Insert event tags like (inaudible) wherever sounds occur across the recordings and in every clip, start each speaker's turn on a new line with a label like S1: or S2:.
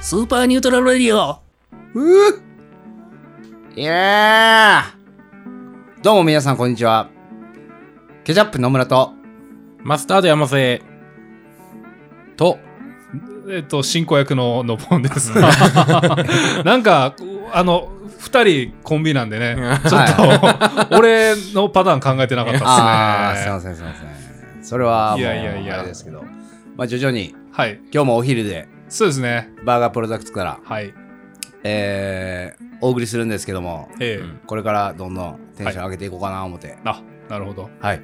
S1: スーパーニュートラルレディオ
S2: うーいやーどうも皆さんこんにちは。ケチャップ野村と、
S3: マスタード山瀬と、
S4: えっと、進行役ののぼんです。 (laughs) なんか、あの、二人コンビなんでね、ちょっと、 (laughs) 俺のパターン考えてなかったですね。
S2: あー、すいませんすいません。それはもう、
S4: いやいやいや
S2: あれですけど、まあ徐々に、
S4: はい。
S2: 今日もお昼で、
S4: そうですね。
S2: バーガープロダクツから、
S4: はい。
S2: えー、お送りするんですけども、
S4: ええ
S2: これからどんどんテンション上げていこうかな思って。
S4: あ、なるほど。
S2: はい。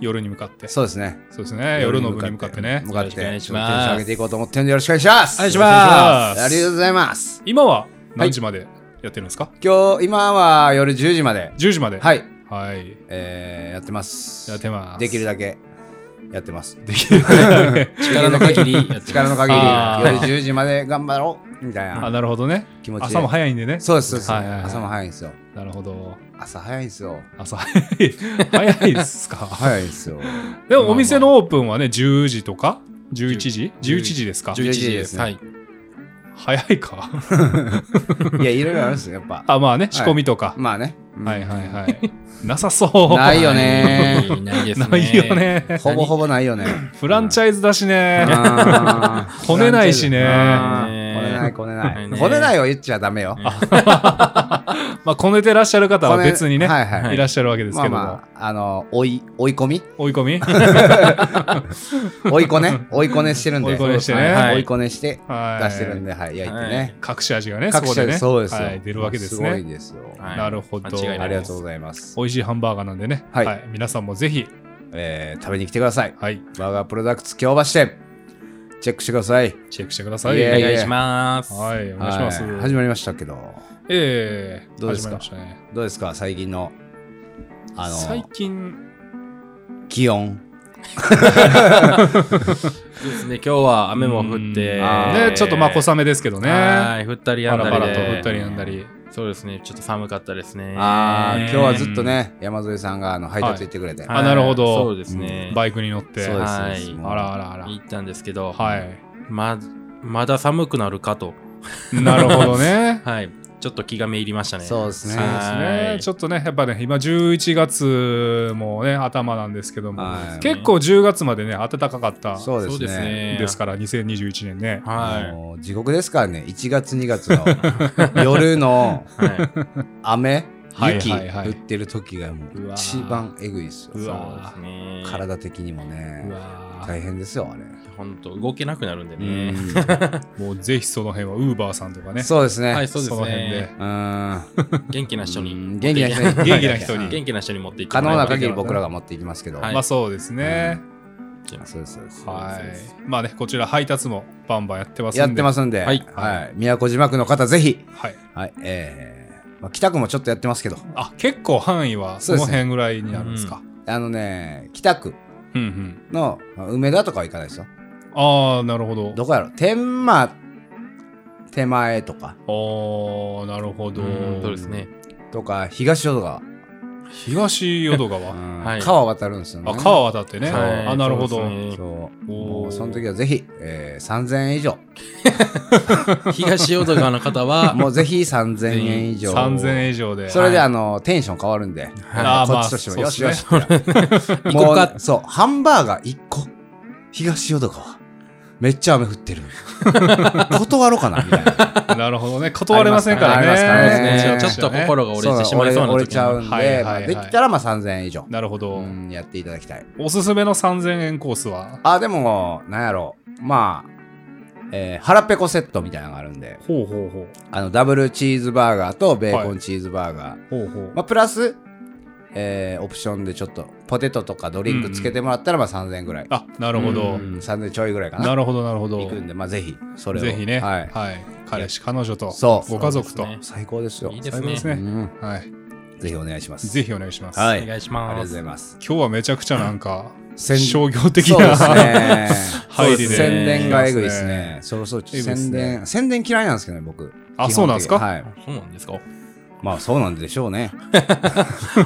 S4: 夜に向かって。そ
S2: そうですね。
S4: うですね。夜の部に向かってね。
S2: 向か
S3: よ
S2: って、
S3: ろしくお願いし
S2: テンシ
S3: ます
S2: ョン上げていこうと思ってるんでよろしくお願いします。
S3: お願いし
S4: ます
S2: ありがとうございます。
S4: 今は何時までやってるんですか、
S2: 今日、今は夜10時まで、
S4: ?10 時まで。。
S2: はいい、
S4: はい。
S2: えー、やってます。
S4: やってます。
S2: できるだけやってます。
S4: できる
S2: (laughs)
S4: だけ。
S3: 力の限りやってます
S2: 力の限り、
S4: あー
S2: 夜10時まで頑張ろうみたい
S4: あ、
S2: な
S4: なるほどね。
S2: 気持ちで。
S4: 朝も早いんでね。
S2: そうです、そうです。
S4: はいはいはい
S2: 朝も早いんですよ。
S4: なるほど。
S2: 朝早いんですよ。
S4: 朝早い。早いですか。
S2: 早いんですよ。
S4: でもお店のオープンはね10時とか11時
S3: 10
S4: 11時ですか
S2: 11
S3: 11
S2: 時
S3: 時
S2: で
S3: ですす。
S2: ね
S3: はい。
S4: 早いか (laughs)
S2: いや、いろいろあるんですよ、やっぱ。
S4: あまあね仕込みとか、
S2: まあね。うん
S4: はい、はいはい
S2: (laughs)
S4: なさそう
S2: ないよね
S3: はい。ないですね。
S4: ないよ。ね
S2: ほぼほぼないよね。
S4: (laughs) フランチャイズだしね
S2: あー
S4: こねないしね
S2: あーこねない、
S3: こ
S2: こね
S3: ね
S2: な。
S3: ないい
S2: こねないを言っちゃダメよ。
S4: まあこねてらっしゃる方は
S2: こね
S4: 別にね、
S2: はいいはい
S3: はい
S4: らっしゃるわけです
S2: ま
S4: け
S2: あ
S4: ども、
S2: まあ、あの、追い、追い込み
S4: 追い込み
S2: 追いこね追いこねしてるんで。
S4: (laughs) 追いこねしてね
S2: はい
S3: はい
S2: 追いこねして
S4: はい
S2: 出してるんで、はい、焼いてね。
S4: 隠し味がねそ
S2: 各
S4: こ
S2: 社
S4: でね
S2: でそうですよ、
S4: はい、出るわけです
S2: すごい
S4: ね
S2: ですよ。
S3: はい
S4: なるほど
S3: 間違いな
S2: あ
S3: い
S2: り
S3: で
S2: が
S3: す
S2: とうございます。
S4: 美味しいハンバーガーなんでね、
S2: はい
S4: 皆さんもぜひ
S2: えー食べに来てください。
S4: はい
S2: バーガープロダクツ京橋店、チェックしてください。
S4: チェックしてください
S2: イエ
S3: お
S2: ー
S3: 願いします。
S4: はいお願いします、
S2: はい始まりましたけど、
S4: ええ
S2: どうですか
S4: 始まりましたね
S2: どうですか、最近の、あ
S4: 最
S2: の、
S4: 近
S2: 気温。
S3: そうですね。今日は雨も降って。
S4: うん
S2: あー
S4: ね、ちょっとまあ小雨ですけどね。
S3: はい、降ったりや
S4: パ
S3: んだ
S4: ラ
S3: り
S4: パ
S3: で。
S4: ラと降ったりやんだり。
S3: そうですね。ちょっと寒かったですね。
S2: ああ、今
S4: ー
S2: 日はずっとね、山添さんがあの配達行ってくれて、
S3: はい
S4: あなるほど
S3: そうですね。
S4: バイクに乗って。
S2: そうです、そうです
S3: はい
S2: もう
S4: あらあらあら。
S3: 行ったんですけど、
S4: はい。
S3: ままだ寒くなるかと、。
S4: なるほどね
S3: はい、ちょっと気がめいりましたね。
S2: そうですね
S4: そうですね。ちょっとね、やっぱね、今11月もね、頭なんですけども、
S2: はい
S4: 結構10月までね、暖かかった
S2: そうです
S3: そ
S2: ね
S3: うですね。
S4: ですから、2021年ね。
S2: あ
S3: は
S2: の地獄ですからね、1月、2月の夜
S4: (laughs)
S2: の
S3: い。はい。
S2: 雨、
S4: はい
S2: 雪、
S4: はいはい
S2: 降ってる時がも
S4: う
S2: う
S4: わ
S2: 一番えぐいですよ。
S4: うわ
S3: そうですね。
S2: 体的にもね
S4: うわ
S2: 大変ですよあれ、
S3: 本当動けなくなるんで
S2: う
S3: ね。
S2: (laughs) ん
S4: ーもうぜひその辺は、ウーバーさんとかね。
S2: そうですね、
S3: はい、そうです
S4: その辺で
S3: ね。
S2: うーん
S3: 元気な人
S2: うん
S3: に。
S2: 元気な人に
S4: 元気な人
S2: に
S3: 元気な人に持っていって
S2: 可
S3: もら
S2: 能な
S3: えばいい
S2: 限り僕らが持っていきますけど、
S3: はい
S4: まあそうですね。
S2: そうですそうです、
S4: はい。まあね、こちら配達もバンバンやってますんで。
S2: やってますんで、
S3: はい
S2: はい、宮古島区の方ぜひ、
S4: はい。
S2: はいえーまあ、北区もちょっとやってますけど
S4: あ結構範囲はその辺ぐらいになるんですか。
S2: あのね北区
S4: うんうん。
S2: のまあ梅田とかは行かないですよ
S4: ああ、なるほど。
S2: どこやろ天満手前とか
S4: ああ、なるほど。
S3: うんそうですね。
S2: とか東淀川、
S4: 東淀川。
S2: う
S4: あ、
S2: ん
S3: はい
S2: 川渡るんですよね
S4: 川渡ってね。
S2: そう
S4: あ、なるほど。
S3: そうですね
S2: そう
S4: おー
S2: もうその時はぜひ、えー、3000円以上
S3: 東淀川の方 (laughs) は、
S2: もうぜひ3000円以上。
S4: 3000円以上で。
S2: それで、あの、テンション変わるんで。
S4: あー
S2: こ
S4: ま
S2: っ
S4: あ
S2: ちとしても、
S4: そう
S2: よ
S4: っ
S2: し
S4: す
S2: よ
S4: ね
S2: し。みたい
S4: (laughs)
S2: な
S3: 行こうか
S2: もうそう、ハンバーガー1個。東淀川。めっちゃ雨降って
S4: (laughs)
S2: る。断ろうかな、みたいな。
S4: なるほどね。断れませんからね。
S2: ありますから
S3: そうですね
S2: ね
S3: ちょっと心が折れてし
S2: そう
S3: まい
S2: 折
S3: そうな時に
S2: 折れちゃうんで、
S4: はいはいはい
S2: まあできたらまあ3000円以上。
S4: なるほど、
S2: うん、やっていただきたい。
S4: おすすめの3000円コースは
S2: あ、でも、なんやろう。まあ、えー腹ペコセットみたいなのがあるんで、
S4: ほうほうほう。
S2: あの、ダブルチーズバーガーとベーコンチーズバーガー。
S4: ほうほう。
S2: まあ、プラス、えーオプションでちょっとポテトとかドリンクつけてもらったらまあ3000円ぐらい、
S4: あ、なるほど。
S2: うん、3000ちょいぐらいかな
S4: なるほど、なるほど
S2: 行。くんで、まあ、ぜひそれを
S4: ぜひね、
S2: は
S4: はいい、彼氏、彼女と、
S2: そう
S4: ご家族
S3: そ
S4: と、
S3: うですね
S2: 最高ですよ
S3: いいで
S4: 最
S3: す
S4: 高です
S3: ね。
S4: ね
S2: うん
S4: はい。
S2: ぜひお願いします
S4: ぜひお願いします。
S2: はい
S3: お願いし
S2: ありがとう
S3: ま
S2: ご
S3: す
S2: ざい。ます
S4: 今日はめちゃくちゃなん
S2: (laughs)
S4: か、
S2: 宣
S4: 商業的
S2: そうです
S4: な、
S2: ね
S4: 入りで
S2: そうです宣伝がえぐいですねそろそろ
S4: えぐいっす
S2: 宣
S4: ね
S2: 伝、宣伝嫌いなんですけどね僕
S4: あ
S2: 基本的に
S4: そうなんですか
S2: はい
S3: そうなんですか
S2: まあそうなんでしょうね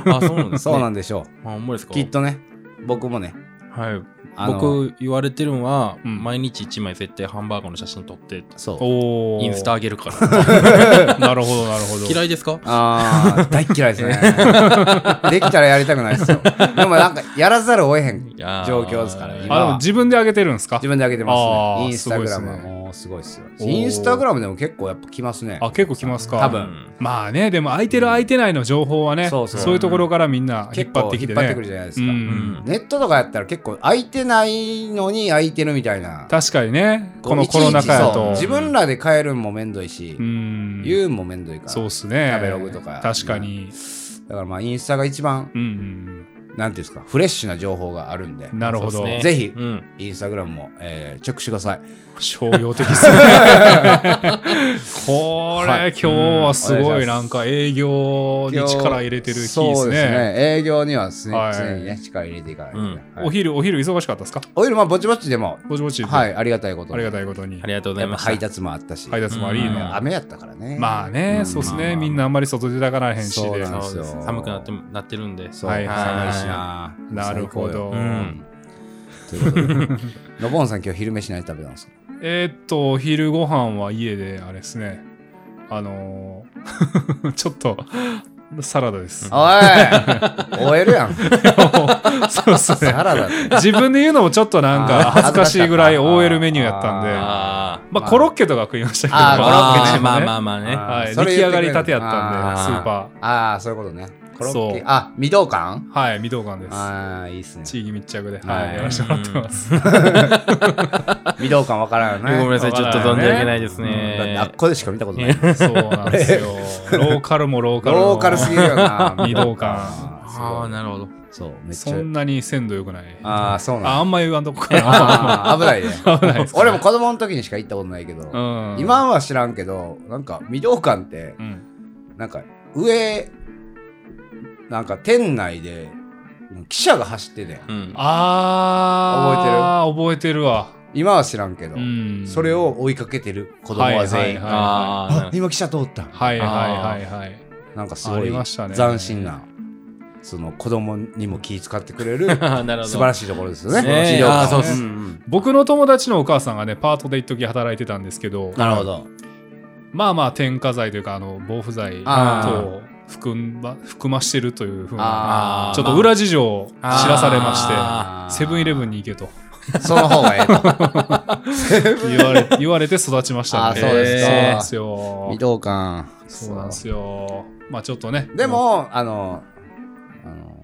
S3: あ、そうなんですね
S4: (laughs)
S2: そうなんでしょ
S3: あ、ほんまです
S2: う
S3: か
S2: きっとね僕もね
S4: はい。
S2: あの
S3: 僕言われてるんは、
S4: うん
S3: 毎日1枚絶対ハンバーガーの写真撮って
S2: そう
S4: (laughs) おお。
S3: インスタ。上げる
S2: (laughs)
S3: から
S4: なるほど、なるほど。
S3: 嫌
S4: い。
S3: いですか
S2: ああ大っ嫌いですね (laughs) できたらやりたくないですよでもなんかやらざるを得へん
S3: いやー
S2: 状況ですから今
S4: あ、でも自分で上げてるんですか
S2: 自分で上げてます
S4: あ
S2: ね
S4: ー
S2: インスタグラムは
S4: すごいっす
S2: もうすごいっすよ
S4: おー
S2: インスタグラムでも結構やっぱ来ますね
S4: あ、結構来ますか。
S2: 多
S3: う
S2: 分
S3: ん
S4: まあね、でも空いてる空いてないの情報はね、
S2: そ
S4: そうう
S2: そう
S4: いうところからみんな引
S2: 結
S4: っ張
S2: 構
S4: ってき
S2: 引
S4: て
S2: っ張って
S4: ね
S2: くる。じゃないです
S4: う
S2: か、
S4: ん。
S2: ネットとかやったら結構空いてないのに空いてるみたいな
S4: 確かにね、
S2: こう
S4: この
S2: いちいち
S4: コロナ禍や
S2: そう
S4: と。
S2: 自分らで買えるんもめんどいし、
S4: うん。
S2: 言うんもめんどいから
S4: そうっすね。
S2: 食べログとか
S4: 確かに。
S2: だからまあインスタが一番
S4: うんうん
S2: なんていうんですかフレッシュな情報があるんで
S4: うん。なるほ
S3: そうっ
S4: ど
S3: す。ね
S2: ぜひ
S3: うん
S2: インスタグラムも、えーチェックしてください
S4: 商業
S2: (laughs)
S4: 的ですね。これ、
S2: はい
S4: 今日はす
S2: うんお
S4: ご
S2: 願い
S4: い
S2: します
S4: なんか営業に力入れてる気ですね。
S2: そうですね営業には常に,、
S4: はい
S2: 常にね力入れていかないと、ね
S3: う
S2: はい
S4: お昼、お昼忙しかったですか
S2: お昼まあぼちぼちでも
S4: ぼちぼち。
S2: は
S4: あ
S2: いありがたいことに
S4: りがたいことに
S3: あ。りがとうござい
S2: やっ
S3: ま
S2: ぱ
S3: し
S2: 配
S3: た
S2: 達もあったし
S4: 配達もあり
S3: うん
S4: な。
S2: 雨やったからね
S4: まあね、
S2: うん
S4: そうです
S3: まあま
S4: ね。
S3: あまあ
S4: みんなあんまり外出たからへんし
S2: そう
S4: で
S2: な。んです
S3: そう
S2: よ
S3: です寒くなってもなってるんで
S2: そう、
S4: はい
S2: 寒いしな
S4: なるほど
S2: 最高よ
S3: うん
S2: ということでのぼんさん今日昼飯何食べたんですか
S4: えーっと、お昼ご飯は家で、あれですね。あのー (laughs) ちょっと、サラダです。
S2: おい終えるやん
S4: (laughs) そうですね。
S2: サラダって
S4: 自分で言うのもちょっとなん
S2: あー
S4: か恥ずかしいぐら
S2: 恥ずかしか
S4: い
S2: った
S4: OL メニューやったんで。
S3: あ
S2: ま
S4: まあ、
S2: あ
S4: コロッケとか食いましたけど、
S2: あー
S3: ー
S2: コロッケ
S3: あ
S2: ね
S3: ーまあまあまあね
S2: あー
S4: はい、
S2: そ
S4: 出
S2: れ
S4: 来
S2: 言って
S4: 上
S2: く
S4: が
S2: れ
S4: り
S2: る
S4: たてやったんで、
S3: あー
S4: スーパ
S2: ああそういうことねコロッ
S4: そ
S2: ケ
S4: う
S2: あ未同感
S4: ー。はい、未動館です。
S2: ああいいっすね
S4: 地域密着で、
S2: はい
S4: はい、やらせてもらってます。
S2: 未同感わからんよ
S3: あごめん
S2: ね
S3: なさいちょっと存じ上げないです
S2: だって
S3: ね
S2: あっこでしか見たことない
S4: そうなんで
S2: (laughs)
S4: すよ。ローカルもローカルも。
S2: ローカルすぎるよな
S4: 未同感
S3: ああなるほど
S2: そうめっち
S4: そ
S2: ゃ
S4: んなに鮮度良くない。
S2: ああそうなんだ
S4: ああんま言わんとこかな。
S2: あー危ないね
S4: 危ないです。
S2: 俺も子供の時にしか行ったことないけど、
S4: うん、
S2: 今は知らんけどなんか未道館って
S4: うん、
S2: なんか上なんか店内で汽車が走ってたやん
S3: うん
S4: あー、覚えてる。覚えてるわ。
S2: 今は知らんけど、
S4: うん、
S2: それを追いかけてる子供は全員、
S4: はいはい
S3: あーなる
S2: あ今汽車通った
S4: はいはいはいはい。
S2: なんかす
S4: あ
S2: ごい
S4: りましたね
S2: 斬新な、その子供にも気遣ってくれる
S3: あー (laughs) なるほど
S2: 素晴らしいところですよね
S3: ね
S2: 治療
S3: あー
S2: 館
S3: そうっす
S2: んん
S4: 僕の友達のお母さんがねパートで一時働いてたんですけど
S2: なるほど
S4: まあまあ添加剤というかあの防腐剤等
S2: あー
S4: を含んば含ましてるというふうな
S2: あ
S3: ー
S4: ちょっと裏事情を知らされまし
S3: あ
S4: てセブンイレブン
S2: に
S4: に行けと
S2: その方がええと
S4: 言われ (laughs) 言われて育ちました
S2: あー
S4: ね
S2: そうですか
S4: そうなんですよ
S2: 未道館
S4: そうなんですよまあちょっとね (laughs)
S2: でも、あの、あの、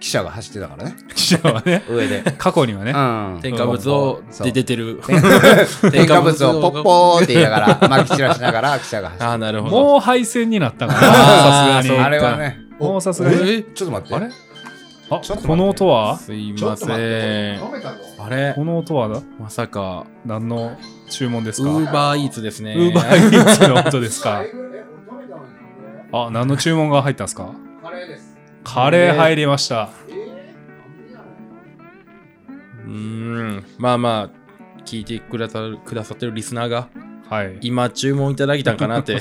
S2: 汽車が走ってたからね、
S4: 記者はね
S2: 上で。
S4: 過去にはね
S2: うん。
S3: 添加物を
S2: そう
S3: で出てる
S2: (laughs) 添加物をポッポーって言いながら、撒き散らしながら汽車が走って
S3: ああなるほど
S4: もう敗戦になったから
S3: あー
S4: さす
S3: そ
S2: た。
S4: が
S3: う
S4: に
S2: あれはね、
S4: もうさすがに
S3: え
S2: ちょっと待って。
S4: あれあ
S2: ちょっと待って
S4: この音は
S3: すい
S2: ちょ
S3: ま
S2: っと待っ
S3: せ
S2: て。
S3: ん
S2: めたぞ。
S3: あれ
S4: この音はな
S3: まさか
S4: 何の注文です
S3: ウ
S4: か
S3: ーバーイーツですね
S4: ウーバーイーツのことですか。あ、何の注文が入ったんですか
S2: カレーです。
S4: カレー入りました。
S3: うーんまあまあ聞いてくださるくださってるリスナーが
S4: はい。
S3: 今注文いただきたんかなって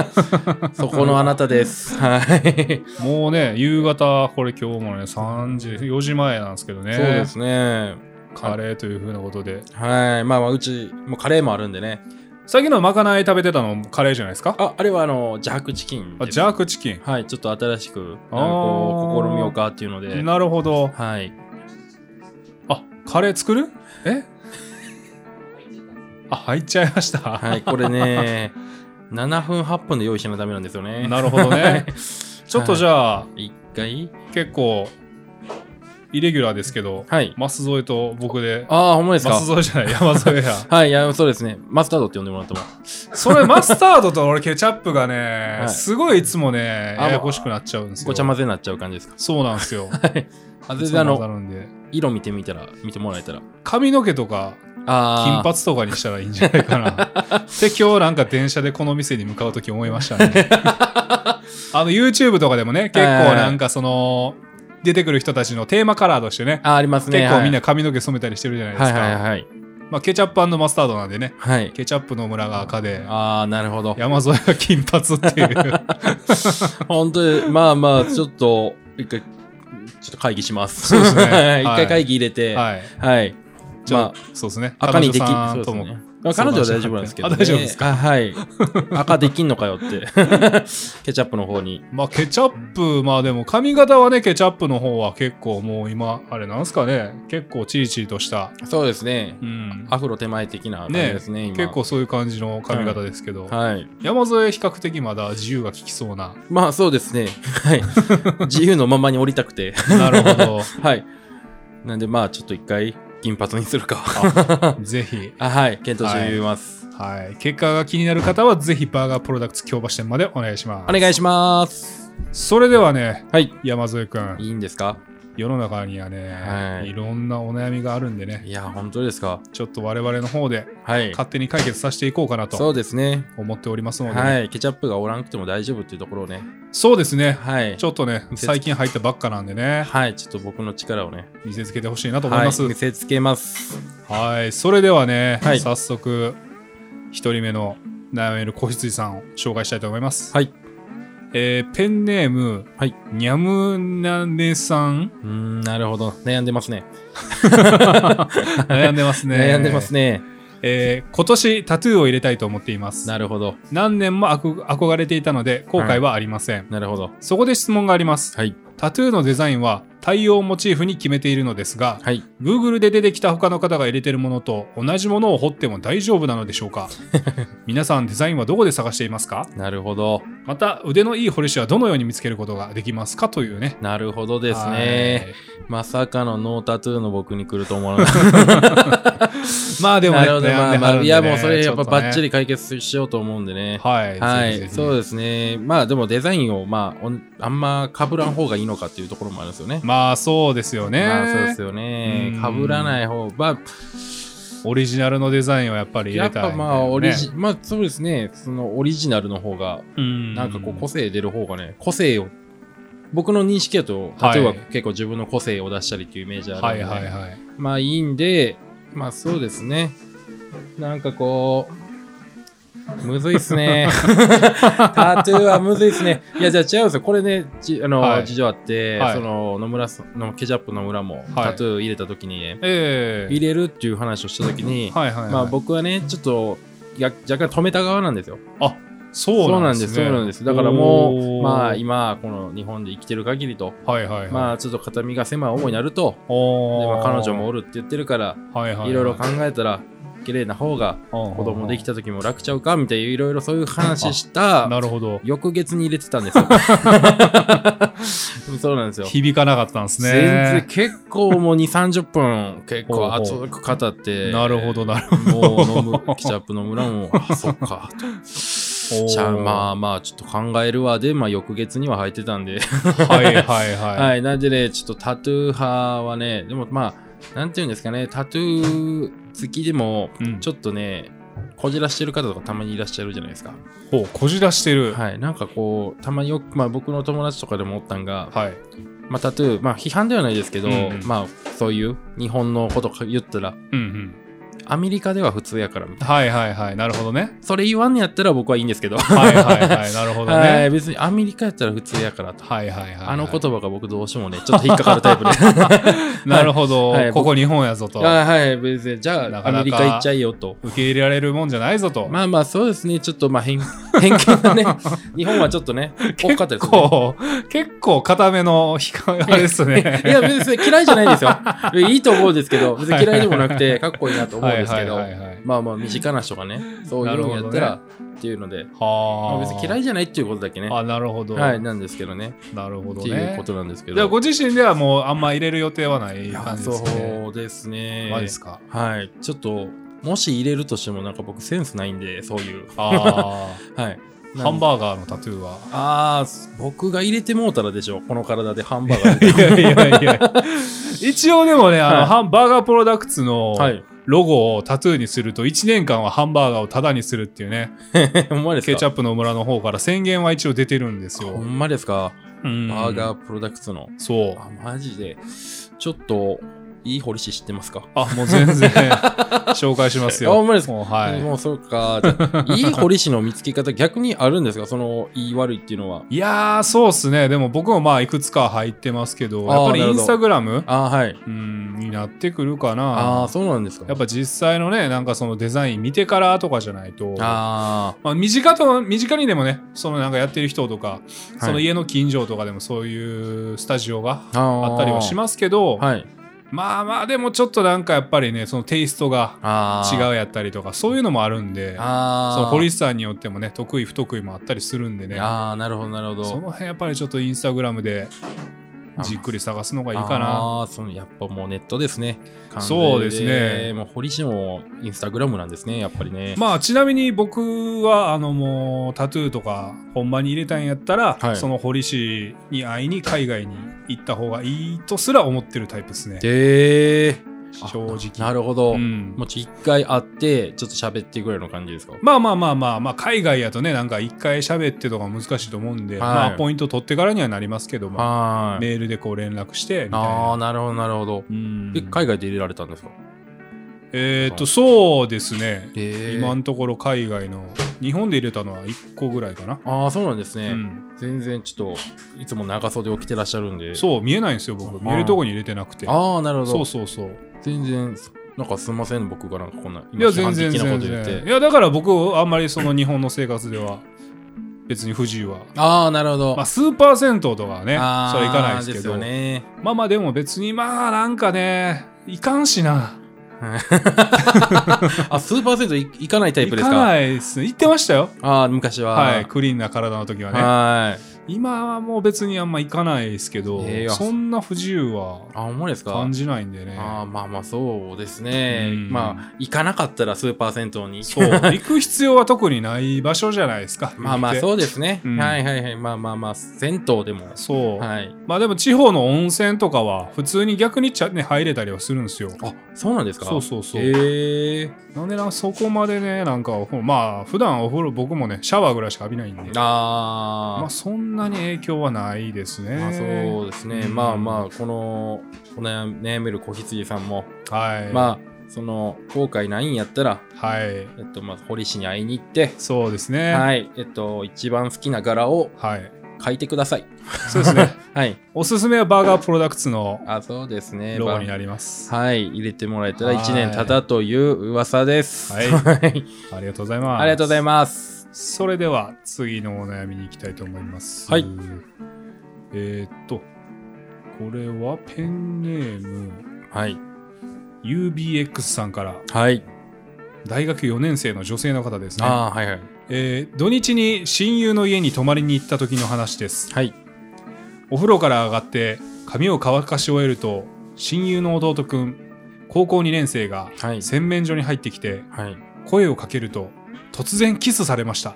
S3: (laughs) そこのあなたですはい
S4: もうね、夕方、これ今日もね、3時、4時前なんですけどね。
S3: そうですね
S4: カレーというふうなことで。
S3: はいまあまあうちもうカレーもあるんでね
S4: さっきのまかない食べてたのもカレーじゃないですか
S3: ああれはあのジャークチキン
S4: あ、
S3: です
S4: ジャークチキン。
S3: はいちょっと新しくなんか
S4: あ
S3: こう
S4: ー
S3: 試みようかっていうので
S4: なるほど。
S3: はい
S4: あ、カレー作るえあ、入っちゃいました。
S3: はいこれ (laughs) ね7分8分で用意しないとダメなんですよね
S4: なるほどね。ちょっとじゃあ、
S3: 一回
S4: 結構、イレギュラーですけど、
S3: はい
S4: マス添えと僕で
S3: ああほんまですか
S4: マス添えじゃない山添や
S3: はいいやそうですねマスタードって呼んでもらっても
S4: (laughs) それマスタードと俺ケチャップがね、
S3: はい
S4: すごいいつもね
S3: あもう
S4: ややこしくなっちゃうんですよ
S3: ごちゃ混ぜになっちゃう感じですか
S4: そうなん (laughs) ですよ
S3: あ
S4: い
S3: 全
S4: つ
S3: 然
S4: も
S3: あの
S4: 混ざるんで
S3: 色見てみたら見てもらえたら
S4: 髪の毛とか金
S3: あー
S4: 髪とかにしたらいいんじゃないかなで今日なんか電車でこの店に向かう時思いました (laughs) ねあの YouTube とかでもね結構なんかその出てくる人たちのテーマカラーとしてね
S3: あありますね
S4: 結構みん
S3: は
S4: な髪の毛染めたりしてるじゃない
S3: い
S4: ですか、
S3: はいはいはい
S4: まあ、ケチャップマスタードなんでね
S3: はい
S4: ケチャップの村が赤で
S3: ああなるほど
S4: 山添が
S3: (laughs)
S4: 金髪っていう
S3: 本当にまあまあちょっと一回ちょっと会議します。
S4: そ
S3: (laughs)
S4: うですねはい
S3: 一回会議入れて、はい。
S4: はい。じゃ
S3: ま
S4: あ、そうですね。
S3: あ、赤にでき、
S4: 彼女さ
S3: そ
S4: ん
S3: うです
S4: とも
S3: ね。まあ彼女は大丈夫なんですけど、ね。
S4: あ大丈夫です
S3: かはい。赤できんのかよって。 (laughs) ケチャップの方に。
S4: まあ、ケチャップ、まあでも髪型はね、ケチャップの方は結構もう今、あれなんすかね、結構チリチリとした、
S3: そうですね
S4: う。ん、
S3: アフロ手前的な感じですね、今。
S4: 結構。そういう感じの髪型ですけど、
S3: はい。
S4: 山添比較的まだ自由が利きそ
S3: (laughs)
S4: うな。
S3: まあそうですね。はい。自由のままに降りたくて。
S4: なるほど。
S3: はい。なんでまあちょっと一回金髪にするか。
S4: (laughs) ぜひ、
S3: あ、 (laughs) はい。検討してみます。
S4: はい、結果が気になる方はぜひバーガープロダクツ京橋店までお願いします。
S3: お願いします。
S4: それではね、
S3: はい。
S4: 山添くん、
S3: いいんですか
S4: 世の中にはね、
S3: はい
S4: い、ろんなお悩みがあるんでね、
S3: いや、本当ですか。
S4: ちょっと我々の方で
S3: はい。
S4: 勝手に解決させていこうかな
S3: そ
S4: と
S3: うですね。
S4: 思っておりますのでね、
S3: はい。ケチャップがおらんくても大丈夫っていうところをね。
S4: そうですね、
S3: はい。
S4: ちょっとね、最近入ったばっかなんでね、
S3: はい。ちょっと僕の力をね。
S4: 見せつけてほしいなと思います。
S3: はい、
S4: は
S3: 見
S4: い、
S3: せつけます。
S4: それではね、
S3: はい
S4: 早速、1人目の悩める子羊さんを紹介したいと思います。
S3: はい。
S4: えーペンネーム、
S3: はい
S4: にゃむなね
S3: (laughs)
S4: さん、
S3: うーん、なるほど。悩んでますね。
S4: 悩んでますね。
S3: 悩んでますね。
S4: えー今年タトゥーを入れたいと思っています。
S3: なるほど。
S4: 何年も憧憧れていたので後悔はありません。
S3: なるほど。
S4: そこで質問があります。
S3: はい。
S4: タトゥーのデザインは太陽をモチーフに決めているのですが、
S3: はい。
S4: Google で出てきた他の方が入れているものと同じものを彫っても大丈夫なのでしょう
S3: (laughs)
S4: か皆さんデザインはどこで探していますか
S3: なるほど。
S4: また腕のいい彫り師はどのように見つけることができますかというね。
S3: なるほどですね。
S4: はい。
S3: まさかのノータトゥーの僕に来ると思わなかっ
S4: まあで
S3: た。
S4: も
S3: な
S4: ね、
S3: るほど。まあま
S4: 悩んではるんで
S3: あ、
S4: ね
S3: いやもうそれやっぱ
S4: ちょとね
S3: バッチリ解決しようと思うんでね。
S4: はい。
S3: は
S4: ぜひぜ
S3: い、
S4: ひ
S3: そうですね。まあでもデザインを、まあ、おんあんま被らん方がいいのかっていうところもあるんですよね。
S4: まあそうですよね。
S3: まあそうですよね。
S4: うん
S3: 被らない方、まあ、
S4: オリジナルのデザインをやっぱり入
S3: や
S4: れ
S3: った
S4: い、
S3: ぱまあオリジ、まあそうですね。そのオリジナルの方が、
S4: な
S3: なんかこう個性出る方がね、個性を、僕の認識だと、
S4: はい
S3: 例えば結構自分の個性を出したりっていうイメージあるの
S4: は
S3: で、
S4: いはいはい。
S3: まあいいんで、まあそうですね。なんかこう、むずいっす
S4: (laughs)
S3: ね。タトゥーはむずいっすね。いや、じゃあ違うんですよ。これね、じあの、
S4: はい
S3: 事情あって、
S4: はい
S3: その、野村さんのケチャップ野村も、
S4: はい
S3: タトゥー入れた時に、
S4: ええ
S3: 入れるっていう話をした時に、
S4: はいはいはい。
S3: まあ僕はね、ちょっと、や若干止めた側なんですよ。
S4: あそうなんです、ね、
S3: そうなんです。そうなんですだからもう、
S4: おー
S3: まあ今、この日本で生きてる限りと、
S4: はいはいはい。
S3: まあちょっと片身が狭い思いになると、で
S4: お
S3: ま
S4: ー
S3: あ彼女もおるって言ってるから、
S4: はいはい
S3: ろいろ考えたら綺麗な方が
S4: 子
S3: 子供でき
S4: た。
S3: た時も楽ちゃうかみたいないろいろそういう話した
S4: なるほど。
S3: 翌月に入れてたんですよそうなんですよ
S4: 響かなかったんです
S3: 全然
S4: ね。
S3: 結構もう2 3 0分結構熱
S4: ほう
S3: く語って
S4: なるほどなるほ
S3: もう飲むケチャップの村もあそっかと
S4: ど。
S3: じゃあま
S4: あ。
S3: あまあちょっと考えるわでまあ翌月には入ってたんで
S4: はいはいはい。
S3: はい、なんでね、ちょっとタトゥー派はね、でもまあ、なんていうんですかね、タトゥー好きでも、
S4: うん
S3: ちょっとね、こじらしてる方とかたまにいらっしゃるじゃないですか。
S4: ほう、こじらしてる。
S3: はい、なんかこう、たまによく、まあ僕の友達とかでもおったんが、
S4: はい。
S3: まあタトゥー、まあ批判ではないですけど、
S4: うんうん
S3: まあそういう日本のことか言ったら、
S4: うんうん。
S3: アメリカでは普通やからみたいな。
S4: はいはいはい。なるほどね。
S3: それ言わんのやったら (laughs) 僕はいいんですけど、
S4: はいはいはい。なるほどね。
S3: はい、別にアメリカやったら普通やからと。
S4: はいはいはい。
S3: あの言葉が僕どうしてもね、ちょっと引っかかるタ
S4: (laughs)
S3: イプで。
S4: なるほど。
S3: はいはい
S4: ここ日本やぞと。
S3: あはい、別に。じゃあ、
S4: なかなか
S3: アメリカ行っちゃいよと。
S4: 受け入れられるもんじゃないぞと。
S3: まあまあ、そうですね。ちょっと、まあ、偏偏見が
S4: (laughs)
S3: ね、日本はちょっとね、多かったです、
S4: 結
S3: ね。
S4: 構、 (laughs) 結構固めの日か、あれですね。
S3: (laughs) いや、別に嫌いじゃないですよ。いいと思うんですけど、別に嫌いでもなくて、かっこいいなと思うんですけど
S4: はい、はいはいはい
S3: まあまあ、身近な人がね、そういうのやったら、っていうので、ま
S4: は
S3: あ、
S4: あ。
S3: 別に嫌いじゃないっていうことだけね。
S4: あ、なるほど。
S3: はい、なんですけどね。
S4: なるほど
S3: っていう
S4: ね
S3: こ。となんですけど。
S4: じゃあ、ご自身ではもうあんま入れる予定はない
S3: いや
S4: 感じですかね。
S3: そうですね。
S4: マジですか。
S3: はい。ちょっと、もし入れるとしても、なんか僕、センスないんで、そういう。
S4: あ
S3: (laughs) はい。
S4: あ。ハンバーガーのタトゥーは。
S3: ああ、す僕が入れてもうたらでしょ、この体でハンバーガーで。
S4: いやいやいや。
S3: (laughs)
S4: 一応でもね、あの、
S3: はい
S4: ハンバーガープロダクツ (laughs) の
S3: はい。 (laughs)
S4: ロゴをタトゥーにすると、1年間はハンバーガーをタダにするっていうね、
S3: ほんまですか
S4: ケチャップの村の方から宣言は一応出てるんです
S3: ほ
S4: よ。
S3: んまですか、
S4: うん
S3: バーガープロダクツの。
S4: そう。
S3: あ、マジで。ちょっと、いい堀市知ってますか
S4: あ、もう
S3: (laughs)
S4: 全然紹介しますよ。
S3: あほんまですか
S4: もうは
S3: もうそうか。じゃ
S4: (laughs)
S3: あいい堀市の見つけ方、逆にあるんですかその、いい悪いっていうのは。
S4: い。いやー、そうっすね。でも僕もまあ、いくつか入ってますけど、
S3: あー
S4: やっぱり
S3: な
S4: イ
S3: るほ
S4: ン
S3: ど
S4: スタグラム
S3: あーはい。
S4: うんになってくるか
S3: ああ
S4: な
S3: ー、。そうなんですか。
S4: やっぱ実際のね、なんかそのデザイン見てからとかじゃないと。
S3: あ
S4: まあ、身近と身近にでもねそのなんかやってる人とか、
S3: い
S4: その家の近所とかでもそういうスタジオが
S3: あ。あ
S4: あったりはしますけど、
S3: す。はい。
S4: まあまあでもちょっとなんかやっぱりねそのテイストが
S3: ああ。
S4: 違
S3: う。
S4: うやったりとかそういうのもあるんで
S3: ああ。
S4: その堀
S3: 市
S4: 内さんによってもね得意不得意もあったりするんでね
S3: ああ、なるほど、なるほど。
S4: その辺やっぱりちょっとインスタグラムでじっくり探すのがいいかな。
S3: ああ、そのやっぱもうネットですね。
S4: そうですね
S3: もう堀市もインスタグラムなんですね、やっぱりね。
S4: まあちなみに僕はあのもうタトゥーとか本場に入れたんやったら、
S3: はい
S4: その堀氏に会いに海外に行った方がいいとすら思ってるタイプですね
S3: ええ
S4: 正直
S3: なるほど。
S4: うん
S3: もうち一回会って、ちょっと喋ってぐらいの感じですか。
S4: まあまあまあまあまあ海外やとねなんか一回喋ってとか難しいと思うんで、
S3: はい
S4: まあポイント取ってからにはなりますけども、
S3: はーい。
S4: メールでこう連絡してみたい
S3: ああ、
S4: な。
S3: なるほど、なるほど。
S4: うん
S3: え、海外で入れられたんですか
S4: えっとそうですね、
S3: ええ
S4: 今のところ海外の日本で入れたのは1個ぐらいかな、
S3: ああ、そうなんですね。
S4: うん
S3: 全然ちょっと、いつも長袖を着てらっしゃるんで。う。
S4: そう見えないんですよ僕見えるとこに入れてなくて
S3: ああ、なるほど。
S4: そうそうそう
S3: 全然、なんかすみません、僕がなんかこんな、
S4: いや
S3: 批
S4: 全
S3: 判
S4: 然
S3: 的なこ
S4: 全
S3: と言って
S4: 然い。やだから僕あんまりその日本の生活では別に不自由は
S3: ああ、なるほど。
S4: まあスーパー銭湯とかはね
S3: あー
S4: それ行かないですけ
S3: です
S4: ど
S3: よね。
S4: まあまあでも別にまあなんかねいかんしな
S3: あ、スーパーセントい行かないタイプ
S4: 行
S3: ですか
S4: かないですね行ってましたよ
S3: ああ、昔は。
S4: はいクリーンな体の時はね
S3: はい。
S4: 今はもう別にあんま行かないですけど
S3: ええ
S4: そんな不自由は
S3: あ、ほんまですか
S4: 感じないんでね
S3: ああ、まあまあ、そうですね。
S4: うん
S3: まあ、行かなかったらスーパーセントに。(laughs)
S4: そう行く必要は特にない場所じゃないですか
S3: まあまあ、
S4: 言うて
S3: そうですね。
S4: うん
S3: はいはいはい。まあまあまあ、銭湯でも。
S4: そう
S3: はい。
S4: まあでも地方の温泉とかは普通に逆にちゃ、ね、入れたりはするんですよ。
S3: あ、そうなんですか
S4: そうそうそう。
S3: へえ
S4: なんでなそこまでねなんかお風呂まあ普段お風呂僕もねシャワーぐらいしか浴びないんで
S3: ああ。
S4: まあそんなに影響はないですね。
S3: まあそうですね、
S4: うん
S3: まあまあこのお悩み悩める子羊さんも、
S4: はい、
S3: まあその後悔ないんやったら、
S4: はい
S3: えっと、まあ堀市に会いに行って、
S4: そうですね。はい、
S3: はいえっと一番好きな柄を書いてください
S4: そうですね。
S3: はい
S4: おすすめはバーガープロダクツの
S3: あそうですね
S4: ロゴに
S3: ま
S4: なります。
S3: あはい入れてもらえたら
S4: はい
S3: 1年ただという噂です
S4: は
S3: (laughs)
S4: い
S3: はい
S4: ありがとうございます。
S3: ありがとうございます
S4: す。それでは次のお悩みに行きたいと思います。
S3: はい。
S4: えー、っとこれはペンネーム。
S3: はい、
S4: UBX さんから
S3: はい、
S4: 大学4年生の女性の方ですね、
S3: ああーはいはい
S4: えー土日に親友の家に泊まりに行った時の話です
S3: はい
S4: お風呂から上がって髪を乾かし終えると親友の弟くん高校2年生が
S3: はい
S4: 洗面所に入ってきて
S3: はい
S4: 声をかけると突然キスされま
S3: (laughs)
S4: した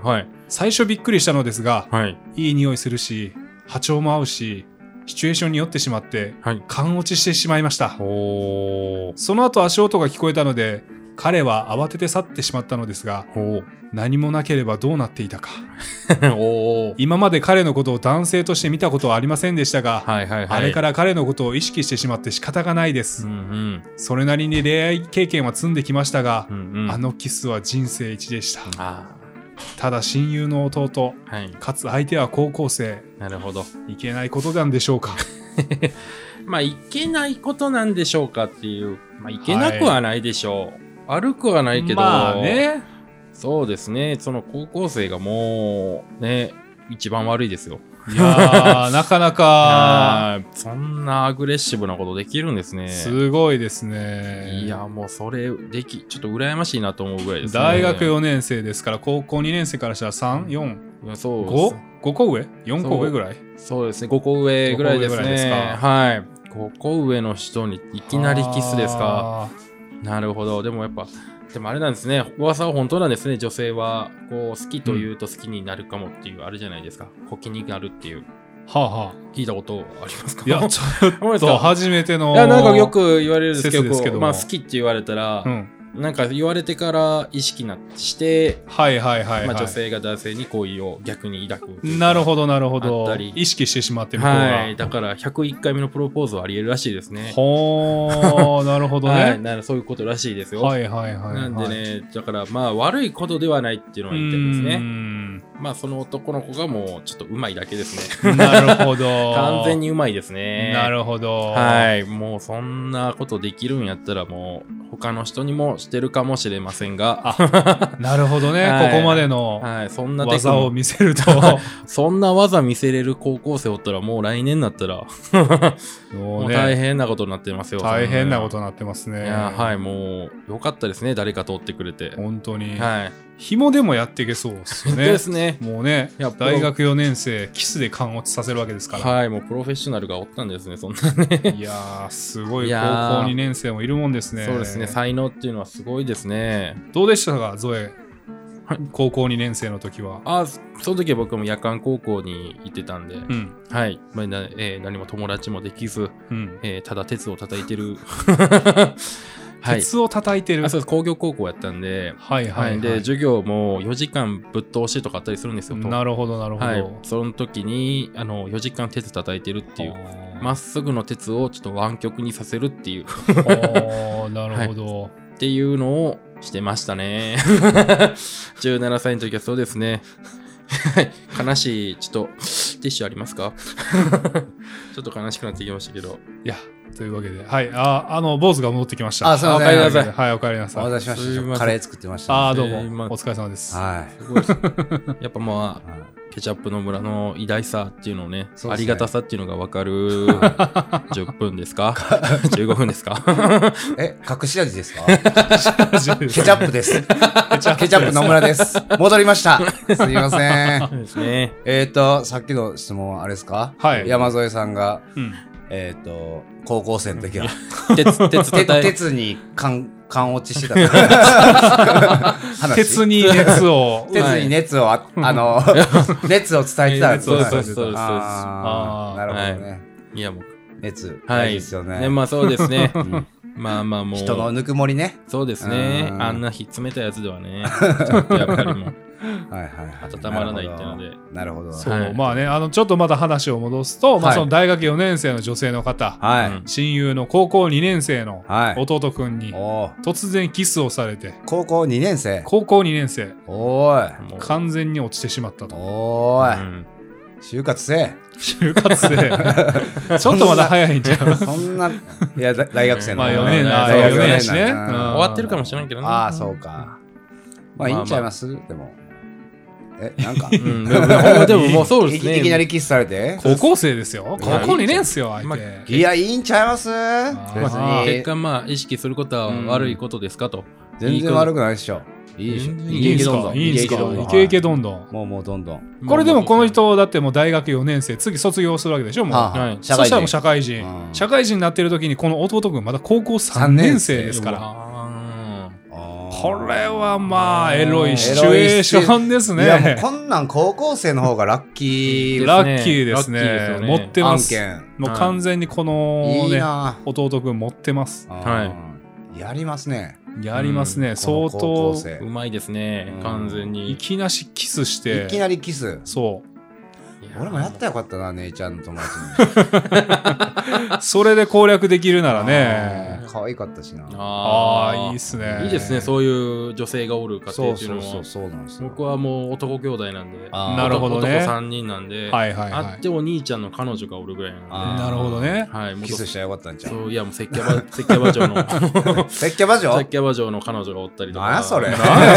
S3: はい
S4: 最初びっくりしたのですが
S3: はい
S4: いい匂いするし波長も合うしシチュエーションに酔ってしまって
S3: はい
S4: 感落ちしてしまいました
S3: おー
S4: その後足音が聞こえたので彼は慌てて去ってしまったのですが
S3: おー
S4: 何もなければどうなっていたか
S3: お
S4: (laughs)
S3: ー
S4: 今まで彼のことを男性として見たことはありませんでしたが、
S3: はいはいはい
S4: あれから彼のことを意識してしまって仕方がないで
S3: う
S4: す、
S3: んうん
S4: それなりに恋愛経験は積んできましたが
S3: う、んうん
S4: あのキスは人生一でした、
S3: あ
S4: ただ親友の弟
S3: ーはい
S4: かつ相手は高校生
S3: なるほど
S4: いけないことなんでしょうか
S3: まあ、いけないことなんでしょうかっていう、まあ、いけなくはないでしょう。悪くはないけど、
S4: まあね
S3: そうですね、その高校生がもう、ね、一番悪いですよ。
S4: いやーなか
S3: (laughs)
S4: なか
S3: あーそんなアグレッシブなことできるんですね。
S4: すごいですね
S3: いや、もうそれでき、ちょっと羨ましいなと思うぐらいですね。
S4: 大学4年生ですから高校2年生からしたら345
S3: いやそう
S4: 個上4個上ぐらい
S3: そうですね、5個上ぐらいです
S4: 五個上ぐらいです
S3: ね。
S4: か
S3: はい。5個上の人にいきなりキスですか。
S4: あ
S3: なるほど。でもやっぱ、でもあれなんですね。噂は本当なんですね。女性は、こう、好きというと好きになるかもっていう、あれじゃないですか。好きになるっていう、
S4: ーはあはあ
S3: 聞いたことありますか
S4: いやちょ
S3: (laughs)
S4: っ
S3: そうです
S4: と
S3: か
S4: 初めての
S3: いや、なんかよく言われるんですけど、
S4: 説ですけども
S3: こうまあ、好きって言われたら、
S4: うん
S3: なんか言われてから意識なして、
S4: はいはいはい、はい
S3: まあ、女性が男性に好意を逆に抱くというか
S4: なるほどなる
S3: あ
S4: ほ
S3: っ
S4: ど
S3: たり
S4: 意識してしまって向こうが、
S3: はい、だから101回目のプロポーズはありえるらしいですね。
S4: ほーなるほ
S3: (laughs)
S4: ど
S3: はい、
S4: ね
S3: ならそういうことらしいですよ。
S4: はいはいはいはい
S3: なんでね、だからまあ悪いことではないっていうの
S4: う
S3: は言いたいです
S4: ー
S3: ね。
S4: ん
S3: まあその男の子がもうちょっとうまいだけ (laughs) です
S4: (laughs)
S3: ね。
S4: なるほど
S3: 完全にうまいですね。
S4: なるほど
S3: はい、もうそんなことできるんやったらもう他の人にもしてるかもしれませんが、
S4: (laughs) なるほどね、
S3: はい
S4: ここまでの
S3: はい、そんなテク
S4: 技を見せると
S3: そんな技見せれる高校生おったらもう来年になったら、
S4: (laughs) も
S3: も
S4: う
S3: う
S4: ね
S3: 大変なことになってますよ。
S4: 大変なことになってます
S3: い
S4: ね
S3: やはいもう良かったですね誰か通ってくれてはい
S4: 本当に、
S3: 本
S4: 紐でもやっていけそうですよ
S3: 当
S4: ね
S3: ですね
S4: もうね
S3: いやプロ
S4: 大学4年生キスで陥落させるわけですから、
S3: はいもうプロフェッショナルがおったんですねそんなね
S4: い、やーすご
S3: い
S4: い高校
S3: やー
S4: 2年生もいるもんですね
S3: そうですね才能っていうのはすごいですね
S4: どうでしたかゾエ
S3: はい
S4: 高校2年生の時は
S3: あそその時は僕も夜間高校に行ってたんで、
S4: うん
S3: はい、まあなえー何も友達もできず、
S4: うん
S3: えーただ鉄を叩いて
S4: (laughs)
S3: るはい
S4: 鉄を叩いてる、
S3: あ
S4: はい
S3: そうです工業高校やったんで、
S4: はい
S3: は
S4: はいい、
S3: で授業も4時間ぶっ通しとかあったりするんですよ
S4: なるほどなるほど、
S3: はいその時にあの4時間鉄叩いてるっていう
S4: あー
S3: まっすぐの鉄をちょっと湾曲にさせるっていう
S4: あ
S3: (laughs)
S4: ーなるほど、
S3: っていうのをしてましたね (laughs) 17歳の時はそうですね (laughs) はい悲しいちょっとティッシュありますか (laughs) ちょっと悲しくなってきましたけど
S4: いや、というわけで、はい、あ、あの、坊主が戻ってきました。
S2: あすいません
S4: お帰りなさい。はい、お帰りな
S2: お
S4: さ
S2: 待
S4: い。
S2: たせしました
S3: すい
S2: ちょっ
S3: ません
S2: とカレー作ってました
S4: あ
S2: は
S4: ー、どう
S3: えー
S4: も、
S3: まあ
S4: お疲れ様です。 (laughs)
S2: い
S3: すごいですやっぱまあ
S2: はい
S3: ケチャップの村の偉大さっていうのをね
S2: そうですね
S3: ありがたさっていうのが分か
S2: (laughs)
S3: る10分ですか15分ですか
S2: え隠し味ですか
S4: ケチャップ
S2: ケチャップですケチャップ野村です戻り
S3: (laughs)
S2: ましたすいません
S3: そうですね
S2: えっとさっきの質問あれですか
S4: はい
S2: 山添さんが
S4: うん
S2: えっと高校生の時は
S3: 鉄鉄
S2: て
S3: 叩い
S2: 鉄に缶缶落ちしてた時話
S4: 鉄に
S2: (laughs)
S4: 熱を。
S2: 鉄に熱をあ、
S3: (laughs)
S2: あの、熱を伝えてたんです
S3: そう
S2: ね
S3: ですそうですそうです
S2: あーな
S4: あ
S2: るほどね。
S3: いやもう
S2: 熱、
S3: は
S2: 大
S3: い。
S2: 事ですよね。
S3: ねまあそうですね。
S2: うん
S3: まあまあもう。
S2: 人のぬくもりね。
S3: そうですね。
S2: うん
S3: あんなひ冷たいやつではね。ちょっとやっぱりもう。
S2: はいはいはい。
S3: 温まらないっていうので
S2: なるほど。なるほ
S4: そ
S2: ど
S4: う、
S3: はい
S4: まあね、あの、ちょっとまた話を戻すと、まあ、
S2: はい
S4: その大学4年生の女性の方、
S2: は
S3: うん
S2: い。
S4: 親友の高校2年生の
S2: はい。
S4: 弟くんに、
S2: おー
S4: 突然キスをされて、
S2: 高校2年生。
S4: 高校2年生、
S2: おーい。
S3: もう
S4: 完全に落ちてしまったと。
S2: お
S3: う
S2: ーい。
S3: ん
S2: 就活せ
S4: (laughs) 就活で、
S2: (laughs)
S4: ちょっとまだ早いんじゃ
S2: え。
S4: う
S2: そんな、いや、だ大学生の
S4: まあ
S2: 方
S4: 4
S2: がね。
S4: 年な、
S3: そう
S2: 大
S4: 4
S2: 学
S4: 年や
S2: 生
S4: し
S2: なん
S4: ね。
S2: で
S4: うん
S3: 終わってるかもしれないけどね。
S2: ああ、そうか。まあ、いいんちゃいますでも。え、なん (laughs) か。
S3: うん。でもでもでももうそうですね。
S2: いきなりキスされて。
S4: 高校生ですよ。
S3: いや
S4: 高校2年生よ、相
S3: まあ
S4: 手。
S2: いや、いいんちゃいます別
S4: まあ
S3: 結
S2: に。
S3: 果まあ意識することは悪いことですかと。
S2: 全然悪くないでしょ。いいでしょ。
S3: 全然
S4: いいんすかいいんすかイケイケ
S2: どん
S4: どんどん
S2: どん。。もうもうどんどん。
S4: これでもこの人だってもう大学4年生次卒業するわけでしょもう、
S2: はあは
S3: は
S2: あ
S3: い
S2: 社
S4: そ
S2: 会
S4: したらも
S2: 人
S4: う。社会人、
S2: うん
S4: 社会人になってる時にこの弟君まだ高校3
S2: 三
S4: 年
S2: 年
S4: 生
S2: 生
S4: ですから
S3: ら。
S2: あー
S4: これはまあエロ
S3: うん
S4: いシチュエーションです
S2: いやもう
S4: ね
S2: こんなん高校生の方がラッキー
S4: ラッキーですね
S3: ラッキーですよね
S4: 持って
S2: 案
S4: ます
S2: 件。
S4: もう完全にこの
S2: いい
S4: ね
S2: な。
S4: 弟君持ってます
S2: はい。やりますね。
S4: やりますね、
S3: う
S4: 相
S2: この高
S4: 当
S2: 校生
S3: うまいですね
S2: う。ん
S3: 完全
S4: い
S3: に。
S4: きなしキスして
S2: いきなりキス。
S4: そう
S2: 俺もやったらよかったな、姉ちゃんの友達
S4: それで攻略できるなら
S2: に。
S4: ね
S2: あー。可愛かったしな。
S4: あ
S3: あ
S4: あー
S3: あ
S4: いいっすね
S3: いいですね、そういう女性がおる家
S2: そ
S3: 庭
S2: う
S3: っていうの
S2: そうそ
S3: は
S2: う、。そうなんですよ。
S3: 僕はもう男兄弟なんで、
S2: あー
S4: なるほどね
S3: 男3人なんで、
S4: はいはい
S3: あ
S4: は
S3: ってお兄ちゃんの彼女がおるぐらいなん
S2: あ
S3: で、
S4: なるほ
S2: (laughs)
S4: どね
S3: はい、もう
S2: キスしたらよかったんちゃう
S3: そういや、もう石キャバ、石キャバ嬢の、
S2: 石鹸バジ
S3: 石
S2: ョ
S3: キャバ嬢の彼女がおったりとか。
S2: 何やそれ
S3: はい。
S4: いなん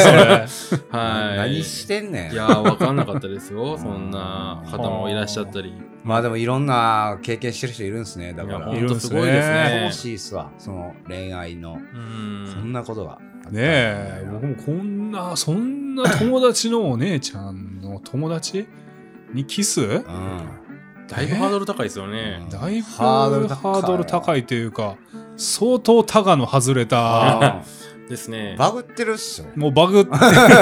S2: (laughs)
S4: やそ
S2: 何してんねん
S3: いやー、わかんなかったですよ。そんな方もいらっしゃったり。
S2: まあでもいろんな経験してる人いるんですねだ
S3: い
S2: か
S3: や、
S2: ら
S3: ほ
S4: い
S3: ん
S4: るん
S3: と
S4: す
S3: す
S4: ね
S3: ごいですね
S2: 楽。しいっすわその恋愛の
S3: う
S2: そ
S3: ん。
S2: んなことが
S4: れねえ僕もこんなそんな友達のお姉ちゃんの友達にキス
S2: うん
S3: だいぶハードル高いですよね。
S2: うん
S4: だいぶハ
S2: ハードル高い
S4: ードル高いというか相当タガの外れ
S2: (laughs)
S4: た
S2: あ
S3: です
S2: ー
S3: ね。
S2: バグってるっすよ
S4: もうバグってる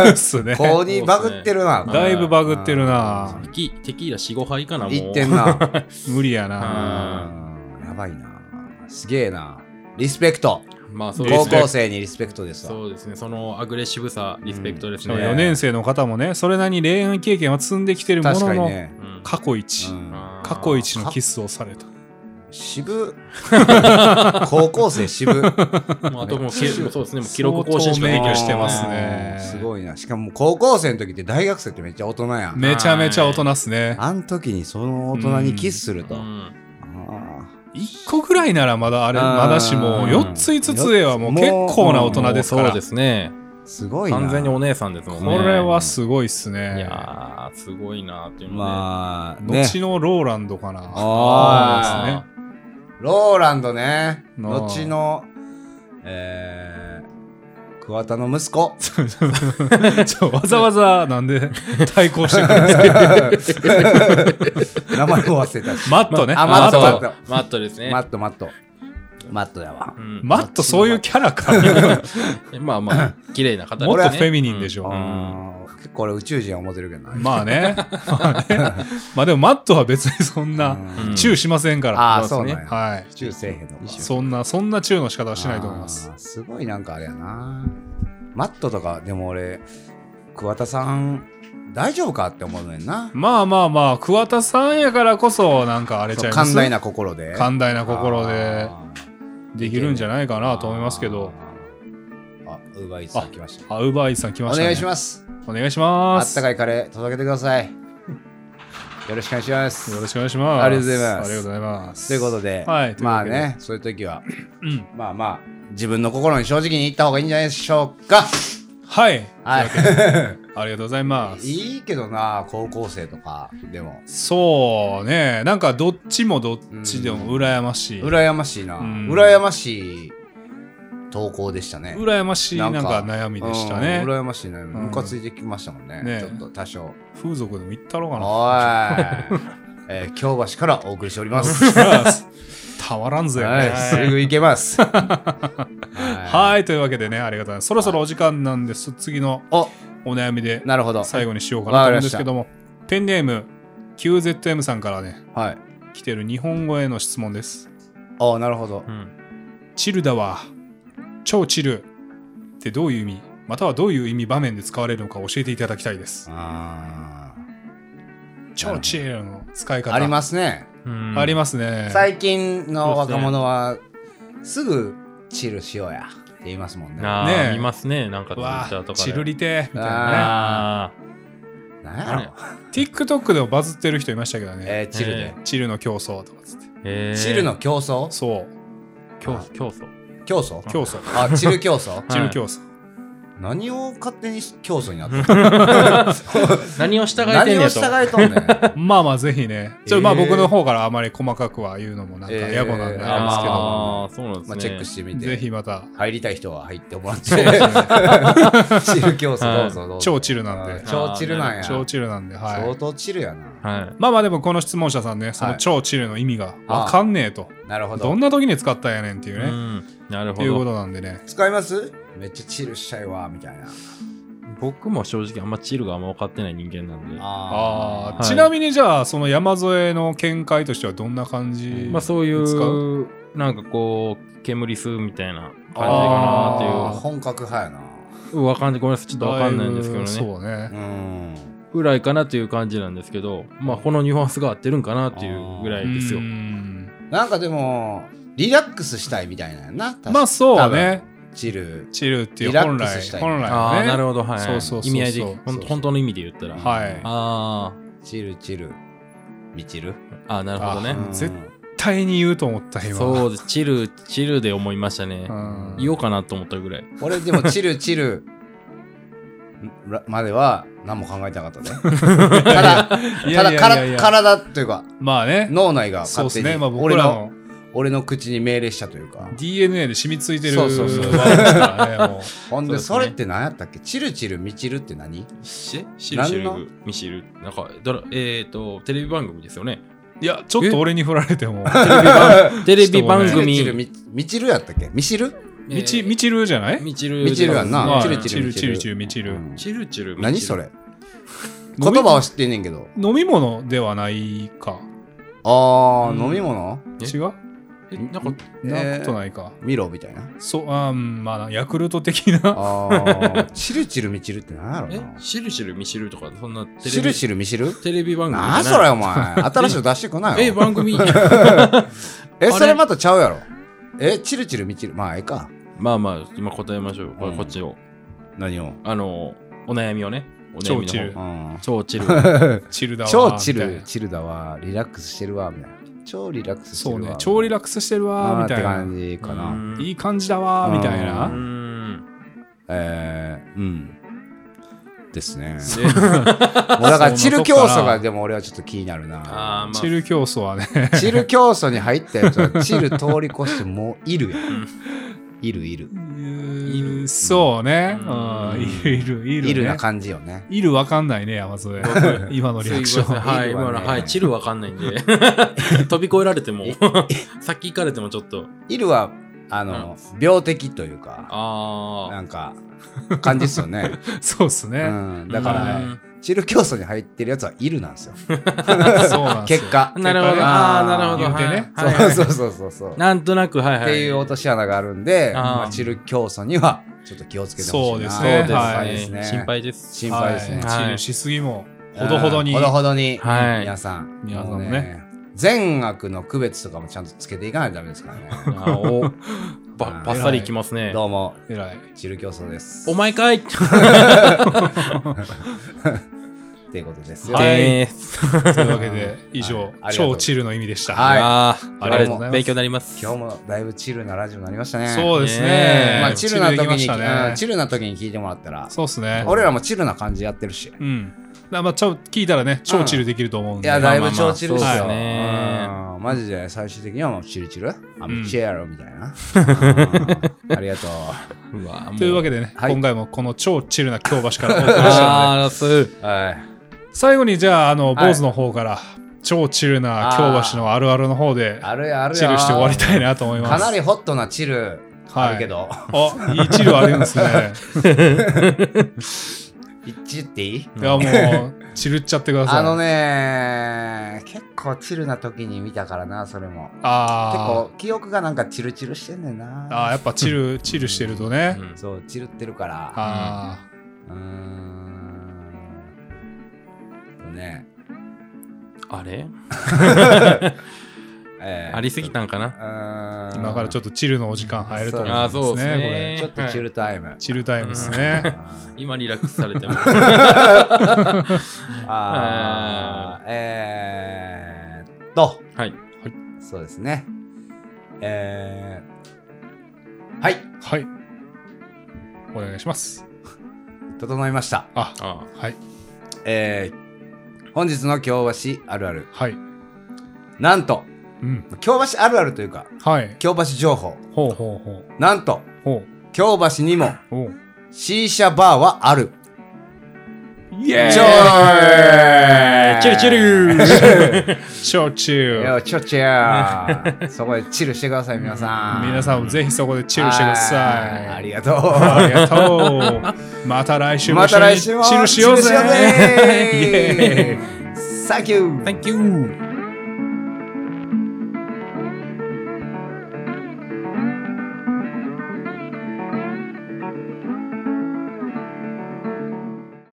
S4: っすね
S2: こうにバグってるな
S4: だいぶバグってるな
S2: うん
S3: テキテキーラ4、5杯かな、もう。
S2: いってんな
S4: 無理や
S2: う
S4: な
S2: ーんやばいなすげえなリスペクト
S3: まあそうで
S2: 高
S3: すね
S2: 校。生にリスペクトですわ
S3: そうですね。そのアグレッシブさ、リスペクトで
S4: し
S3: す
S4: か
S3: ね。
S4: も4年生の方もねそれなりに恋愛経験は積んできてるも
S2: 確か
S4: の
S2: に
S4: の、
S2: ね、
S3: うん
S4: 過去一、
S2: うん、
S4: 過去一のキスをされた
S2: 渋高校生渋
S3: まあ、あともうけ、そうですね、もう記
S4: 相
S3: 録
S4: 当
S3: 更新しかできない
S4: 勉強してますね
S2: あーすごいなしかも高校生の時って大学生ってめっちゃ大人やん、
S4: めちゃめちゃ大人っすね
S2: あん時にその大人にキスすると、
S3: う
S2: あ
S3: ん
S2: ー
S4: 1個ぐらいならまだあれ
S2: あー
S4: まだしも4つ5つ上はもう結構な大人ですか
S3: もう
S4: ら
S3: そうですね。
S2: すごいな
S3: 完全にお姉さんですもん
S4: こ
S3: ね。
S4: れはすごいっす
S3: い
S4: ね
S3: やー、すごいなーっていうのね。
S2: まあね
S4: 後のローランドかな
S2: あ
S4: あ
S2: ーローランドね
S4: なあ
S2: 後のえー、桑田の息子
S4: ちょわざわざなんで (laughs) 対抗してくるんです
S2: (laughs)
S4: か
S2: 名前も忘れたし
S4: マットね
S2: あ
S3: マ
S2: マ
S3: ッ
S2: ッ
S3: トマット
S2: トマット
S3: マットですね。
S2: マットマットマットやわ
S3: うん
S4: マットそういうキャラか
S3: まあまあ、綺麗な方ですね
S4: もっとフェミニンでしょ
S3: うん
S2: あー結構俺宇宙人は思ってるけどな
S4: まあねまあねまあでもマットは別にそんな
S2: うん
S4: チューしませんから
S2: ああそうなんや
S4: はい
S2: 宇宙せえへんのか
S4: そんなそんなチューの仕方はしないと思います
S2: あーすごいなんかあれやなマットとかでも俺桑田さん大丈夫かって思うねんな
S4: まあまあまあ桑田さんやからこそなんかあれち
S2: そ
S4: ゃ
S2: う
S4: います
S2: 寛大な心で
S4: 寛大な心で
S2: あ
S4: できるんじゃないかなと思いますけど
S2: ーあウーバーイーツさん来ました
S4: あウーバーイーツさん来
S2: お
S4: ましたね
S2: 願いし
S4: す
S2: ます
S4: お願いしま
S2: あっ
S4: す
S2: たかいカレー届けてくださいよろしくお願いします
S4: よろしくお願いします
S2: ありがとうございます
S4: ありがとうございます
S2: ということで、
S4: はい
S2: まあ
S4: というわ
S2: ねそういう時は
S4: うん
S2: まあまあ自分の心に正直に言った方がいいんじゃないでしょうか
S4: はい
S2: はい
S4: ありがとうございます
S2: いいけどな高校生とかでも
S4: そうねなんかどっちもどっちでも羨ましい
S2: 羨ましいな、
S4: うん
S2: 羨ましい投稿でしたね
S4: 羨ましいなんか悩みでしたね
S2: うん羨ましいね
S4: ん
S2: ムカついてきましたもんね
S4: ね
S2: ちょっと多少
S4: 風俗でも行ったろうかな
S2: おい、えー、京橋からお送りしており
S4: (laughs)
S2: ます
S4: たまらんぜ、
S2: はい、すぐ行けます。は
S4: はい、というわけでね、ありがとうございます。そろそろお時間なんです。次の
S2: い。お、
S4: お悩みで
S2: なるほど。
S4: 最後にしようかなと
S2: わか
S4: 思
S2: り
S4: う
S2: ま
S4: んで
S2: し
S4: す
S2: た
S4: けども、ペンネーム QZM さんからね、
S2: はい。
S4: 来てる日本語への質問です。
S2: お、なるほど。
S3: うん
S4: チルだわ。超チルってどういう意味またはどういう意味場面で使われるのか教えていただきたいです。
S2: あ
S4: 超チルの使い
S2: ー
S4: 方。
S2: あり
S4: す。
S2: ますね。
S3: うん
S4: ありますね。
S2: 最近の若者はすぐチルしようやって言いますもんね。な
S3: なあ
S4: ねえ
S3: 見ますね、なんかツイ
S4: わ
S3: ッター
S4: あ
S3: とか、で。
S4: チルりてーみたいなね。
S3: あー
S2: んやろ、
S4: TikTok でもバズってる人いましたけどね。
S2: えー、チルで
S3: え。
S4: チルの競争とかつって。
S3: えー
S2: チルの競争
S4: そう。
S3: 競競争。
S2: 競争
S4: 競争。
S2: あ、チル競争
S4: チル競争。
S2: 何を勝手に競争になったの
S3: 何を従えて
S2: 何
S3: んね
S2: を
S3: んと。
S2: 従えとんねん。
S4: (laughs) まあまあぜひね、ちょっとまあ
S2: えー
S4: 僕の方からあまり細かくは言うのもなんか
S2: えー
S4: 野暮なんであれですけど
S3: あ
S4: も、
S3: あー、そうなんですね。
S2: まあ、チェックしてみ
S4: ぜ
S2: て。
S4: ひまた、
S2: 入りたい人は入ってもらって。 (laughs) チル競争どうぞどうぞ。
S4: 超チルなんで
S2: あー超チルなんや。
S4: 超チルなんで、は
S2: 相
S4: い。
S2: 当チルやな。
S3: はい。
S4: まあまあでもこの質問者さんね、その
S2: はい
S4: 超チルの意味がわかんねえと、
S2: なるほ
S4: ど
S2: ど
S4: ん。な時に使ったんやねんってい
S3: う
S4: うね、
S3: ん、なる
S4: って
S3: ほ
S4: いうこ
S3: ど。
S4: となんでね、
S2: 使いますめっちゃチルしちゃいわ、みたいな。
S3: 僕も正直あんまチルがあんま分かってない人間なんで。
S4: あ
S3: ー
S4: あ、
S3: はい
S4: ちなみにじゃあその山添の見解としてはどんな感じ
S3: まあそうい
S4: 使
S3: う、なんかこう、煙吸うみたいな感じか
S4: あー
S3: なって
S2: 本格派やな。
S3: いう。わかんない。ごめんなさい。ちょっとわかんないんですけど
S4: だい
S3: ね。
S4: ぶそうね
S2: う。ん。
S3: ぐらいかなという感じなんですけど、まあこのニュアンスが合ってるんかなっていうぐらいですよ
S4: う。ん
S2: なんかでも、リラックスしたいみたいなんやな。確か
S4: まあそう。ね、
S2: チル。
S4: チルっていう
S2: リラ
S4: 本
S2: ック
S4: 来
S2: スし、たい
S4: 本来
S3: ああ
S4: の
S3: ー、
S4: ね。
S3: なるほど。はい。
S4: そうそうそうそう
S3: 意味合いで、ほん本当の意味で言ったら。
S4: はい
S3: あ
S2: チルチル。みちる。
S3: ーあー、なるほどね
S4: あ。
S2: うん
S4: 絶絶対に言うと思った今
S3: そうです。チル、チルで思いましたね
S4: う。ん
S3: 言おうかなと思ったぐらい。
S2: 俺でもチルチルんらまでは何も考えてなかったね。
S4: (laughs)
S2: ただ、
S4: い
S2: た
S4: やいやいや
S2: だから体というか
S4: まあね
S2: 脳内が
S4: そう
S2: 勝
S4: で
S2: 手
S4: す
S2: に
S4: ね、まあ、僕
S2: 俺
S4: ら
S2: の
S4: の
S2: 俺の口に命令したというか。
S4: DNA で染みついてる
S2: そうそうそう
S4: わけですからねもう
S2: ほんで
S3: そうですね
S2: それって何やったっけチルチルミチルって何
S3: しシルシル
S2: 何の
S3: ミシルなんかドラえっ、とテレビ番組ですよね
S4: いやちょっと俺に振られても
S3: (laughs) テレビ番
S4: 番
S2: チル
S3: 組
S2: チルミミチルやったっけミシル
S4: (laughs) みちみちるじゃない
S3: ミチル
S2: ミチルやん
S4: ま
S2: な。
S4: あ
S2: チルチルミ
S4: チルチルミ
S2: ミ
S4: チ
S2: チ
S4: ル
S2: ル。
S3: ミチルチルミチル
S2: 何それ
S4: 飲
S2: 言
S4: み
S2: 葉は知ってんねんけど。
S4: 飲み物ではないか
S3: う
S2: あ
S3: ん
S2: ー、飲み物
S3: え
S4: 違う
S3: えなんか
S4: なことないか。
S2: 見ろみたいな。
S4: そう、あーうんまあな、ヤクルト的
S2: (laughs)
S4: な。
S2: あ
S4: (laughs)
S2: ー、チルチルみちるってなんやろ
S3: え
S2: な。
S3: シルシルミシルとかそんなテレビ
S2: チルチルみちる
S3: テレビ番組じゃ
S2: なんそれお前。新しいの出してこない
S3: (laughs) え
S2: よ。
S3: 番組
S2: え、
S3: れ
S2: それまたちゃうやろ。え、チルチルみちる。まあ、ええか。
S3: まあまあ今答えましょうこ,、こっちを
S2: 何を。
S3: あのお悩みをねお悩みの方
S4: 超チル
S2: うん
S3: 超チル
S4: チルだわ。
S2: 超チル、
S4: みたい
S2: チルだわ。リラックスしてるわ、みたいな。超リラック
S4: な
S2: スして
S4: そう
S2: るわ。
S4: ね、超リ
S2: ラッ
S4: ラックスしてる
S2: ク
S4: わ、みたい
S2: って
S4: な。
S2: 感じか
S3: う
S2: な。
S3: ん
S4: いい感じだわ、みたいうな。
S3: ん
S2: えー、うん。ですね。
S3: で
S2: もうだから、チル競
S4: そ
S2: 争
S4: んなとこから
S2: がでも俺はちょっと気になるな。
S3: あーまあ
S4: チル競争はね、
S2: チル競争に入ったやつは、チル通り越してもういるやん。いるいる。
S4: うんそうね。
S3: うん
S4: うんいるいる、いるね。
S2: いるな感じよね。
S4: いるわかんないね、山
S2: (laughs)
S4: 添。今のリアクシ
S3: すいません
S4: ョン。
S3: はい、
S2: いいわね
S3: 今のはい、チルわかんないんで、飛び越えられても、 (laughs) 先行かれてもちょっと、
S2: いるは、あの、病的というか、
S3: あ
S2: なんか、感じっす
S3: (laughs)
S2: よね。
S4: (laughs) そうっす
S2: う
S4: ね。
S2: ん。
S3: あ。
S2: だか
S3: う
S2: ら、
S3: ん
S2: チル競争に入ってるやつはいるなんですよ。
S4: そうなんですよ
S2: 結。果。
S3: なるほど、ああ、なるほど。
S4: 言うて
S3: はい
S4: ね
S3: はいはい
S2: そうそうそうそうそう。
S3: なんとなく、はいはい。
S2: っていう落とし穴があるんで、
S3: あー
S2: まあ、チル競争にはちょっと気をつけてほしいな。
S4: そ
S3: そうですね,、
S4: はい
S3: 心配です。
S2: 心配ですね。
S4: はい
S3: はい
S4: チルしすぎも、ほどほどに。
S2: ほどほどに。
S3: はい
S2: 皆さん。
S4: 皆さんもね
S2: もう。善悪の区別とかもちゃんとつけていかないとダメですからね。
S3: あーおばばっさりいきますね。
S2: どうも、
S4: 偉い。
S2: チル競争です。
S3: お前かい (laughs)
S2: っていうことですよ。
S4: はい
S3: でーす。
S4: というわけで、以上
S2: はい、
S4: 超チルの意味でした。
S2: はい
S3: あー
S4: あ
S3: あり
S4: りが
S3: が
S4: と
S3: と
S4: う
S3: う
S4: ご
S3: ご
S4: ざ
S3: ざ
S4: い
S3: います。勉
S4: ます
S3: 強になります。
S2: 今日もだいぶチルなラジオになりましたね。
S4: そうですね
S3: ね。え
S2: まあ、チルな時
S4: できま
S2: に
S4: し、たね
S2: うんチルな時に聞いてもらったら、
S4: そうですね。
S2: 俺らもチルな感じやってるし。
S4: うん。だまあ、ちょ聞いたらね、超チルできると思うん
S2: い
S4: で。
S2: や、だいぶ超チルです
S3: まあまあ
S2: よ。
S3: そうですね
S2: うんマジで最終的にはもうチルチルあ
S4: うん
S2: の、チェアロみたい
S4: (laughs)
S2: な。うんありがとう。
S3: うわ
S4: というわ
S3: け
S4: けでね、
S2: はい
S4: 今回もこの超チルな京橋からお送りしたので、
S3: あーそう。
S2: はい
S4: 最後にじゃあ、あの、
S2: はい
S4: 坊主の方から、超チルな京橋のあるあるの方で、
S2: あるやある
S4: チ
S2: や。
S4: ルして終わりたいなと思います。
S2: かなりホットなチル
S4: はい
S2: あるけど、
S4: あ、いいチルあるんです
S2: (laughs)
S4: ね。
S2: 一致っていい
S4: いや、もう、チルっちゃってください。
S2: あのね、結構チルな時に見たからな、それも。結
S4: あ
S2: 構記憶がなんかチルチルしてんねんな
S4: ー。あー、やっぱチル、チルしてると
S3: う
S4: ね。
S3: ん
S2: そう、チルってるから。
S4: ああ、
S2: うーん。ね
S3: あれ
S2: えー
S3: ありすぎたんかな
S2: うーん
S4: 今からちょっとチルのお時間入ると思い
S3: あ
S4: ま
S3: あ、
S4: す
S3: そうです
S4: ね、これ。
S3: ね。
S2: ちょっとチ
S3: はい
S2: ルタイム。
S4: チルタイムですね。
S3: 今リラックスされても。 (laughs)
S2: あーえーっと、
S3: はい。
S2: そうですね。えー、はい、
S4: はい。お願いします。
S2: 整いました。
S4: あ、
S3: あ
S4: はい。
S2: えー、本日の京橋あるある。
S4: はい。
S2: なんと、
S4: うん。
S2: 京橋あるあるというか、
S4: はい。
S2: 京橋情報。
S4: ほうほうほう。
S2: なんと、
S4: ほ
S2: 京橋にも
S4: う。ほう。
S2: シーシャバーはある。
S4: イ
S2: ち
S4: エ
S2: ょ
S3: あ。チルチル
S4: 超チ
S2: い
S4: ル
S2: や、ちょちょそこでチルしてください、皆さん。
S4: 皆さんもぜひそこでチルしてください。
S2: はあり
S4: が
S2: がと
S4: と (laughs) あ
S2: う。
S4: りがとう。また来週も
S2: ま
S4: 一緒
S2: た
S4: に
S2: 来週も
S4: チルしようぜ。
S2: チルしようぜ
S4: (laughs) イエーイ
S2: Thank you!
S3: Thank you!